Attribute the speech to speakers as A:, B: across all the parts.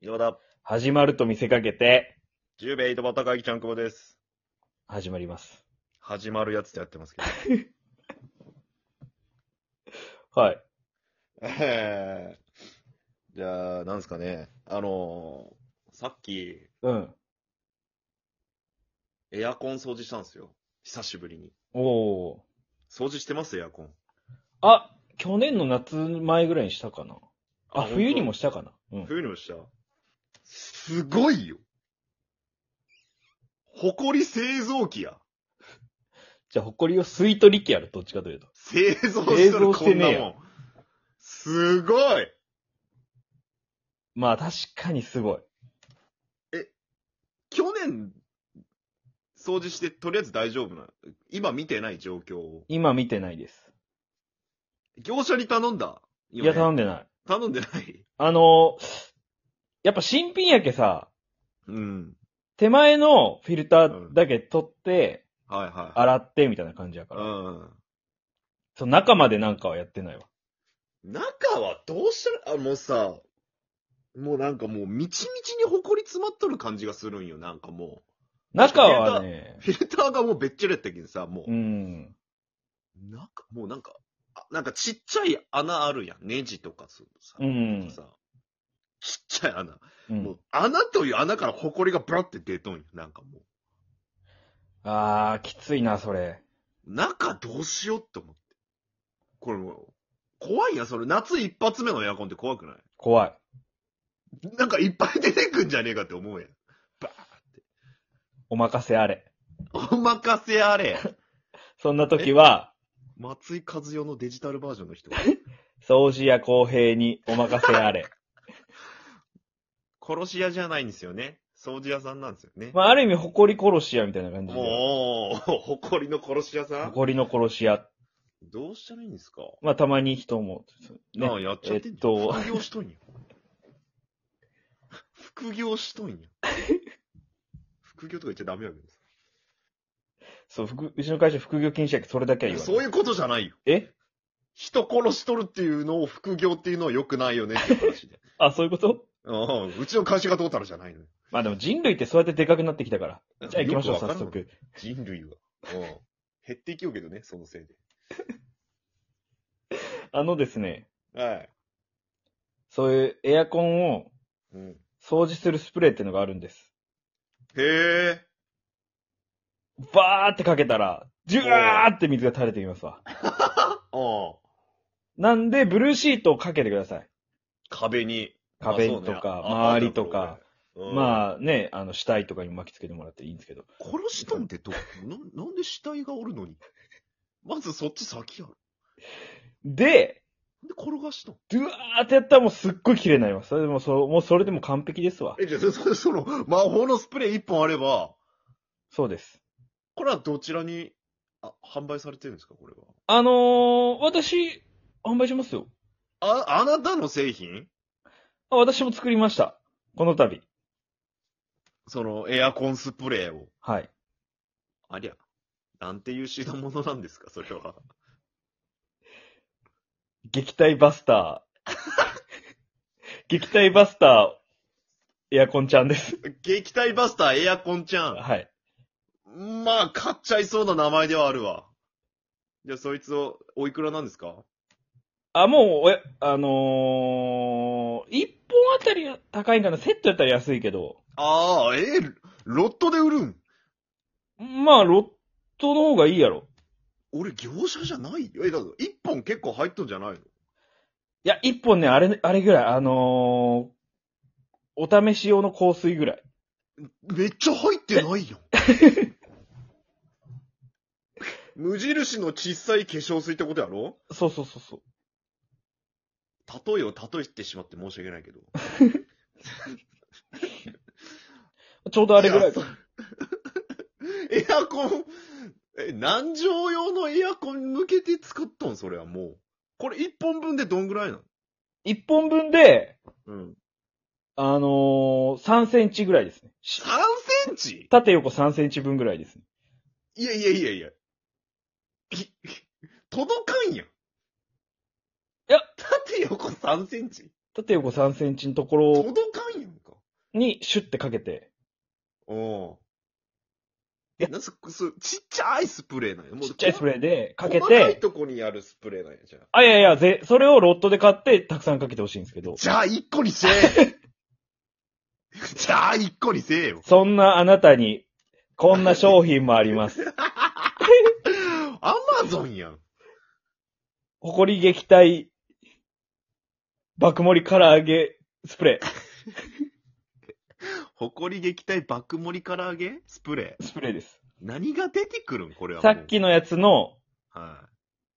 A: 岩田、
B: 始まると見せかけて、
A: 十兵衛井戸端会議ちゃんくぼです。
B: 始まります。
A: 始まるやつってやってますけど。
B: はい。
A: えーじゃあ、なんですかね。あのーさっき、
B: うん。
A: エアコン掃除したんですよ。久しぶりに。
B: おー。
A: 掃除してますエアコン。
B: あ、去年の夏前ぐらいにしたかな。あ、冬にも
A: し
B: したかな。うん。
A: 冬にもした。すごいよ。埃製造機や。
B: じゃあ、埃を吸い取り機やる、どっちかというと。
A: 製造して
B: 製
A: る
B: 造し
A: こ
B: て
A: ん
B: ね
A: な
B: え
A: も
B: よ
A: ん。すごい
B: まあ、確かにすごい。
A: 去年、掃除して、とりあえず大丈夫な。今見てない状況を。
B: 今見てないです。
A: 業者に頼んだ。
B: いや、頼
A: ん
B: んでない。
A: 頼んでない。
B: あのー、やっぱ新品やけさ、
A: うん。
B: 手前のフィルタ
A: う
B: ー
A: ん
B: だけ取って、
A: はいは
B: 洗って、みたいな感じや
A: い。
B: から。
A: うん。
B: その中までなんかはやってないわ。
A: 中はどうしたら、あ、もうさ、もうなんかもう、みちみちに埃詰まっとる感じがするんよ、なんかも
B: 中はね
A: う。、フィルターがもうべっちゃれやったけんさ、もう
B: う、ん。
A: なんか、もうなんか、あなんかちっちゃい穴あるやん、ネジとかすさ、
B: うん
A: さ、ちっちゃい穴。
B: う
A: も
B: ん
A: う。穴という穴から埃がブラって出とんよ、なんかもう。
B: あー、きついな、それ。
A: 中どうしようって思って。これもう、怖いやん、それ。夏一発目のエアコンって怖くない
B: 怖い。
A: なんかいっぱい出てくんじゃねえかって思うやん。バ
B: お任せあれ。
A: ーン。お任せあれ。
B: そんな時は、
A: 松井和代のデジタルバージョンの人。
B: 掃除や公平にお任せ あれ。
A: 殺し屋じゃないんですよね。掃除屋さんなんですよね。
B: まあ、ある意味、誇り殺し屋みたいな感じで。
A: もう、誇りの殺し屋さん
B: 誇りの殺し屋。
A: どうしたらいいんですか、
B: まあ、たまに人も。ね
A: なあ、やっちゃってんじゃ
B: えっ
A: ん。
B: と
A: 副業しとんや。副業し とんや。副業とか言っちゃダメやけどさ
B: そう、副うちの会社副業禁止やけど、それだけは言わない。
A: そういうことじゃないよ。
B: え
A: 人殺しとるっていうのを副業っていうのは良くないよね っていう話で。
B: あ、そういうこと
A: うんうちの会社がどうたらじゃないのよ。
B: まあでも人類ってそうやってでかくなってきたから。じゃあ行きましょう、
A: よくわ
B: 早
A: からんの。
B: 速。
A: 人類は。うん減っていきようけどね、そのせい
B: あのですね、
A: で。はい。
B: そういうエアコンを
A: うん、へ
B: 掃除するスプレーっていうのがあるんです。
A: え。
B: バーってかけたら、ジュワーって水が垂れてきますわ。
A: うん。
B: なんで、ブルーシートをかけてください。
A: 壁に。
B: 壁にとか、
A: まあ
B: 周りとか。。
A: あ。
B: まあね、あの、死体とかに巻きつけてもらっていいんですけど。
A: 殺しとんってどうな、なんで死体がおるのに。まずそっち先やろ。
B: で、
A: なんで転がしとん
B: ドゥワーってやったらもうすっごい綺麗になります。それでも、そもうそれでも完璧ですわ。
A: え、じゃあ、そそその、魔法のスプレー一本あれば、
B: そうです。
A: これはどちらに、あ、販売されてるんですか、これは。
B: あのー、私、販売しますよ。
A: あ、あなたの製品
B: あ私も作りました。この度。
A: その、エアコンスプレーを。
B: はい。
A: ありゃ、なんて優秀なものなんですか、それは。
B: 撃退バスター。 撃退バスター、エアコンちゃんです。
A: 撃退バスターエアコンちゃん。
B: はい。
A: まあ、買っちゃいそうな名前ではあるわ。じゃあ、そいつを、おいくらなんですか
B: あ、もう、おや、あのー、一本あたりは高いんかな。セットやったら安いけど。
A: ああ、ええロットで売るん
B: まあ、ロットの方がいいやろ。
A: 俺、業者じゃないよ。え、だから一本結構入っとんじゃないの
B: いや、一本ね、あれ、あれぐらい、あのー、お試し用の香水ぐらい。
A: めっちゃ入ってないよ。 無印の小さい化粧水ってことやろ
B: そうそうそうそう。
A: 例えを例えてしまって申し訳ないけど。
B: ちょうどあれぐら
A: や。
B: い。
A: エアコン、え、何畳用のエアコン向けて作っとんそれはもう。これ一本分でどんぐらいなの
B: 一本分で、
A: うん。
B: あのー、3センチぐらいですね。し
A: 3センチ
B: 縦横3センチ分ぐらいですね。
A: いやいやいやいや。い届かんやん。い
B: や、
A: 縦横3センチ
B: 縦横3センチのところを、
A: 届かんやんか。
B: にシュッてかけて。
A: お
B: い
A: え、
B: や
A: なんす、す、ちっちゃいスプレーなんや。もう
B: ちっちゃいスプレーでかけ
A: 細かい
B: て、
A: とこにあるスプレーなんや、じゃあ。
B: あ、いやいや、ぜ、それをロットで買って、たくさんかけてほしいんですけど。
A: じゃあ一個にせ えじゃあ一個にせえよ。
B: そんなあなたに、こんな商品もあります。
A: アマゾンやん。
B: ほこり撃退、爆盛り唐揚げスプレ
A: ほこり撃退爆盛り唐揚げスプレ
B: ー。スプレーです。
A: ー。何が出てくるんこれはも
B: さ
A: う。
B: っ。きのやつの
A: は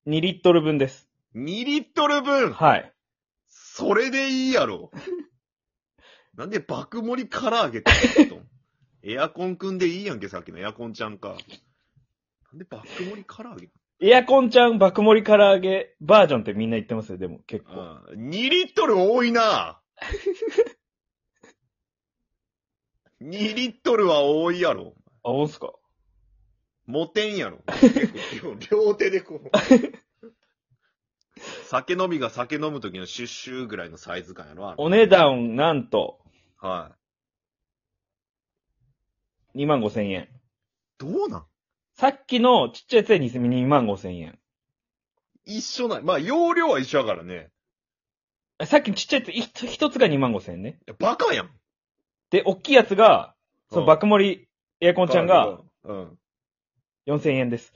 B: 2リットル分です。
A: い。2リットル分
B: はい。
A: それでいいやろ。 なんで爆盛り唐揚げって言う とんエアコンくんでいいやんけ、さっきのエアコンちゃんか。なんで爆盛り唐揚げ
B: エアコンちゃん爆盛り唐揚げバージョンってみんな言ってますよ、でも結構。
A: ああ、2リットル多い な。2リットルは多いやろ。
B: あ、ほんすか
A: モテんや ろ。結構両両手でこう。酒飲みが酒飲む時のシュッシューぐらいのサイズ感やろ。あれ
B: お値段、なんと、
A: はい。
B: 2万5千円。
A: どうなん
B: さっきのちっちゃいやつで2万5千円。
A: 一緒ない。まあ、容量は一緒やからね。
B: あさっきのちっちゃいやつ一つ一つが2万5千円ね。
A: いやバカやん。
B: で、大きいやつが、その
A: うん
B: 爆盛りエアコンちゃんが、
A: うん。
B: 4千円です。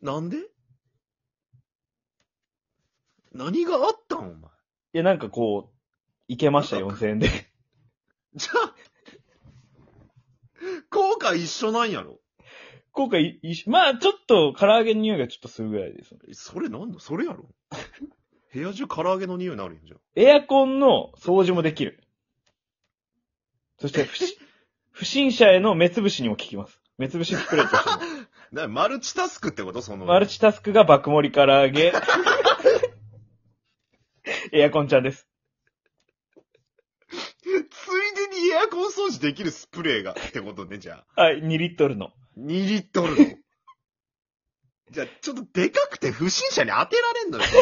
A: なんで何があったんお前。
B: いや、なんかこう、いけました、4千円で。
A: じゃあ、効果一緒なんやろ。
B: 今回、いいまあ、ちょっと唐揚げの匂いがちょっとするぐらいです。
A: それなんだそれやろ。部屋中唐揚げの匂いになるやんじゃん。
B: エアコンの掃除もできる。そして不し、不審 者への目つぶしにも効きます。目つぶしスプレーとしても。
A: な、マルチタスクってこと その。
B: マルチタスクが爆盛り唐揚げ。 エアコンちゃんです。
A: ついでにエアコン掃除できるスプレーがってことね、じゃあ。
B: はい、2リットルの。
A: 2リットルの。じゃあ、ちょっとでかくて不審者に当てられんのよ、そ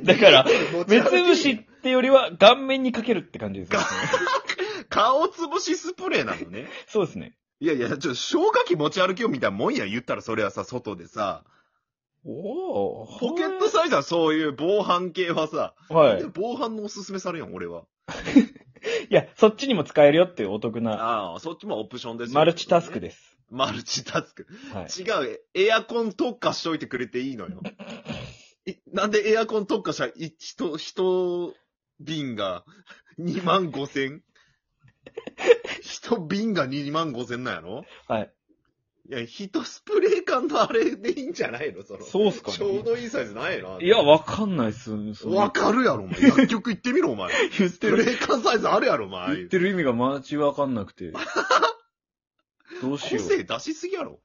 A: の
B: だから、
A: 持ち
B: 目
A: 歩
B: つ
A: き
B: ぶしってよりは顔面にかけるって感じです、ね。
A: 顔つぶしスプレーなのね。
B: そうですね。
A: いやいや、ちょっと消火器持ち歩きよみたいなもんや言ったらそれはさ、外でさ、
B: おお。
A: ポケットサイズはそういう防犯系はさ、
B: はい。
A: で
B: い
A: 防犯のおすすめされるやん、俺は。
B: や、そっちにも使えるよっていうお得な、
A: ああ、そっちもオプションですよ
B: マルチタスク。です。
A: マルチタスク。
B: はい。
A: 違う、エアコン特化しといてくれていい のよ。いなんでエアコン特化した一、一一瓶が2万5千一瓶が2万5千なんやろ
B: はい。
A: いや、一スプレー缶のあれでいいんじゃないのその。
B: そうっすかね
A: ちょうどいいサイズないの
B: いや、わかんないっす。その
A: わかるやろ、お前。薬局行ってみろ、お前。ス
B: 言って
A: プ
B: る
A: レー缶サイズあるやろ、お前。
B: 言ってる意味がマジわかんなく て。どうし
A: 個
B: よう。
A: 性出しすぎやろ。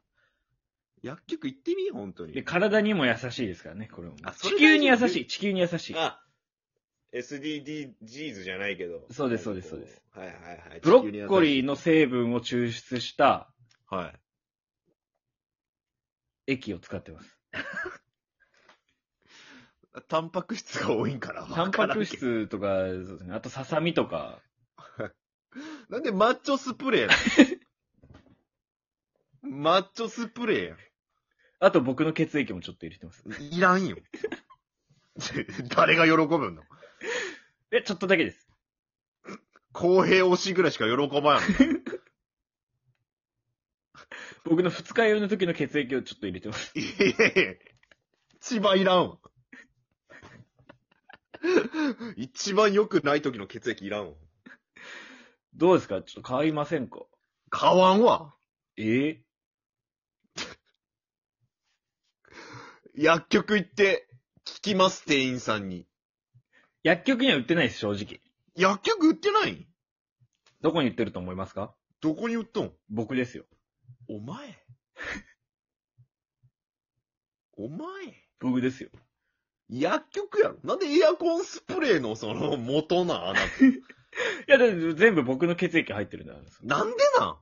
A: 薬局行ってみ、本当に
B: で。体にも優しいですからね、これも
A: あ。それ
B: 地球に優
A: 大事です
B: しい、地球に優しい。
A: あ、SDGs じゃないけど。
B: そうですそうですそうです。
A: はいはいはい。
B: ブロッコリ
A: ー。
B: ーの成分を抽出した
A: はい。
B: 液を使ってます。
A: タンパク質が多いんから。
B: タン
A: わか
B: パ
A: らんけ
B: ク
A: ど。
B: 質とか、そうですね、あとささみとか。
A: なんでマッチョスプレーなの マッチョスプレ
B: あと僕の血液もちょっと入れてます。
A: ーやん。いらんよ。 誰が喜ぶの
B: え、ちょっとだけです。
A: 公平推しぐらいしか喜 ばんやん。
B: 僕の二日酔いの時の血液をちょっと入れてます。
A: いやいやいや一番いらんわ。 一番良くない時の血液いらんわ。
B: どうですかちょっと買いませんか
A: 買わんわ。
B: ええ
A: 薬局行って、聞きます、店員さんに。
B: 薬局には売ってないです、正直。
A: 薬局売ってないん
B: どこに売ってると思いますか
A: どこに売っとん
B: 僕ですよ。
A: お前。 お前。
B: 僕ですよ。
A: 薬局やろなんでエアコンスプレーのその元なあなた。
B: いや、だって全部僕の血液入ってるんだからそ
A: なんでなん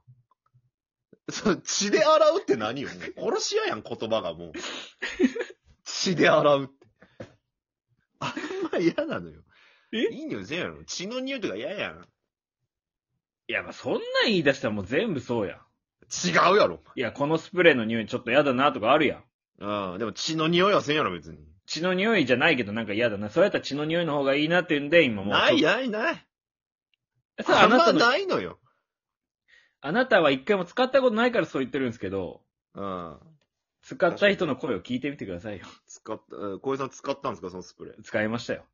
A: そう血で洗うって何よもう殺し屋やん、言葉がもう。血で洗うって。あんま嫌なのよ。
B: え
A: いい匂いせんやろ。血の匂いとか嫌やん。
B: いや、まあ、そんなん言い出したらもう全部そうやん。
A: 違うやろ。
B: いや、このスプレーの匂いちょっと嫌だなとかあるやん。
A: ああ、でも血の匂いはせんやろ、別に。
B: 血の匂いじゃないけどなんか嫌だな。それやったら血の匂いの方がいいなって言うんで、今もう。
A: ないないない。
B: さあ、あ
A: ん
B: な
A: ま
B: たの、
A: ないのよ。
B: あなたは一回も使ったことないからそう言ってるんですけど、
A: うん。
B: 使った人の声を聞いてみてくださいよ。
A: 使った、えー小江さん使ったんですか、そのスプレ
B: 使いましたよ。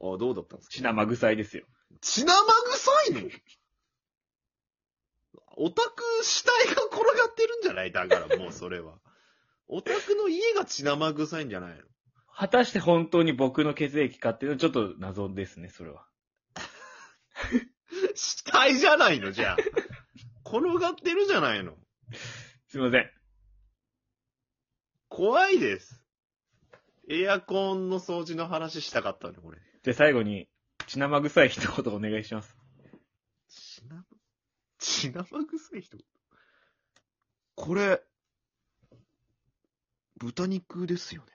A: ー。ああ、どうだったんですか
B: 血生臭いですよ。
A: 血生臭いのオタク死体が転がってるんじゃないだからもうそれは。オタクの家が血生臭いんじゃないの
B: 果たして本当に僕の血液かっていうのはちょっと謎ですね、それは。
A: 死体じゃないのじゃあ。転がってるじゃないの。
B: すいません。
A: 怖いです。エアコンの掃除の話したかったね、これ。
B: じゃあ最後に、血生臭い一言お願いします。
A: 血生、血生臭い人これ、豚肉ですよね。